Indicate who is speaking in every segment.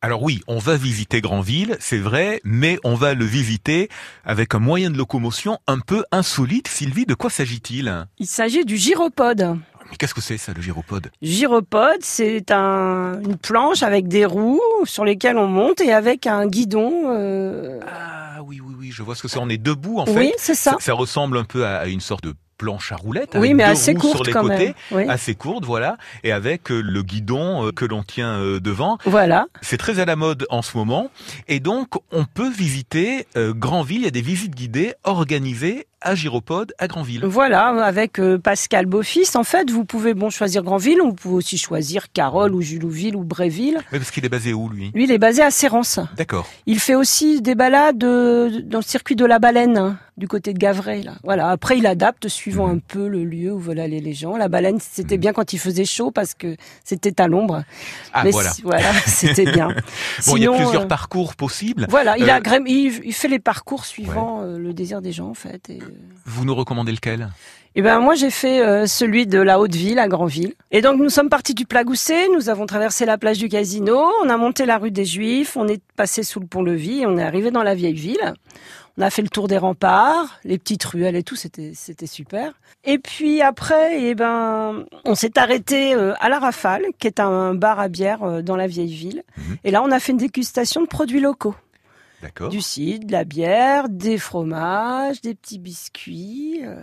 Speaker 1: Alors oui, on va visiter Granville, c'est vrai, mais on va le visiter avec un moyen de locomotion un peu insolite. Sylvie, de quoi s'agit-il
Speaker 2: Il s'agit du gyropode.
Speaker 1: Mais qu'est-ce que c'est ça, le gyropode
Speaker 2: Gyropode, c'est un- une planche avec des roues sur lesquelles on monte et avec un guidon. euh,
Speaker 1: Ah oui, oui, oui, je vois ce que c'est. On est debout en
Speaker 2: oui,
Speaker 1: fait.
Speaker 2: c'est ça.
Speaker 1: Ça ressemble un peu à à une sorte de planche à roulettes.
Speaker 2: Oui,
Speaker 1: avec
Speaker 2: mais
Speaker 1: deux
Speaker 2: assez
Speaker 1: roues sur
Speaker 2: courte
Speaker 1: les
Speaker 2: quand
Speaker 1: côtés, Ah.
Speaker 2: même. Oui.
Speaker 1: assez courte, voilà, et avec euh, le guidon euh, que l'on tient euh, devant.
Speaker 2: Voilà.
Speaker 1: C'est très à la mode en ce moment. Et donc, on peut visiter euh, Granville. Il y a des visites guidées organisées à Gyropode, à Granville.
Speaker 2: Voilà, avec euh, Pascal Beaufils, en fait, vous pouvez bon choisir Granville, on peut aussi choisir Carole ou Julouville ou Bréville.
Speaker 1: Oui, parce qu'il est basé où, lui
Speaker 2: Lui, il est basé à Sérance.
Speaker 1: D'accord.
Speaker 2: Il fait aussi des balades euh, dans le circuit de la baleine, hein, du côté de Gavray. Là. Voilà. Après, il adapte suivant
Speaker 1: Mhm.
Speaker 2: un peu le lieu où veulent aller les gens. La baleine, c'était
Speaker 1: Mhm.
Speaker 2: bien quand il faisait chaud parce que c'était à l'ombre.
Speaker 1: Ah,
Speaker 2: Mais
Speaker 1: voilà.
Speaker 2: si- voilà, c'était bien.
Speaker 1: Bon, il y a
Speaker 2: Sinon,
Speaker 1: plusieurs
Speaker 2: euh,
Speaker 1: parcours possibles.
Speaker 2: Voilà, il,
Speaker 1: Euh,
Speaker 2: agré- il, il fait les parcours suivant euh, le désir des gens, en fait. Et, euh,
Speaker 1: Vous nous recommandez lequel
Speaker 2: eh ben moi j'ai fait euh, celui de la Haute-Ville à Grandville. Et donc nous sommes partis du Plagousset, nous avons traversé la plage du Casino, on a monté la rue des Juifs, on est passé sous le pont-levis, et on est arrivé dans la vieille ville. On a fait le tour des remparts, les petites ruelles et tout, c'était c'était super. Et puis après, eh ben on s'est arrêté euh, à la Rafale, qui est un bar à bière euh, dans la vieille ville.
Speaker 1: Mhm.
Speaker 2: Et là on a fait une dégustation de produits locaux.
Speaker 1: D'accord.
Speaker 2: Du cidre, de la bière, des fromages, des petits biscuits. euh,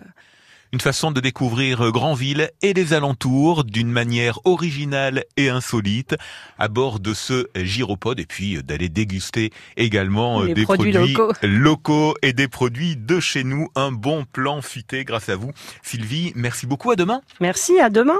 Speaker 1: Une façon de découvrir euh, Granville et les alentours d'une manière originale et insolite à bord de ce gyropode et puis euh, d'aller déguster également euh,
Speaker 2: Les
Speaker 1: des produits,
Speaker 2: produits locaux.
Speaker 1: locaux et des produits de chez nous. Un bon plan fité grâce à vous. Sylvie, merci beaucoup. À demain.
Speaker 2: Merci, à demain.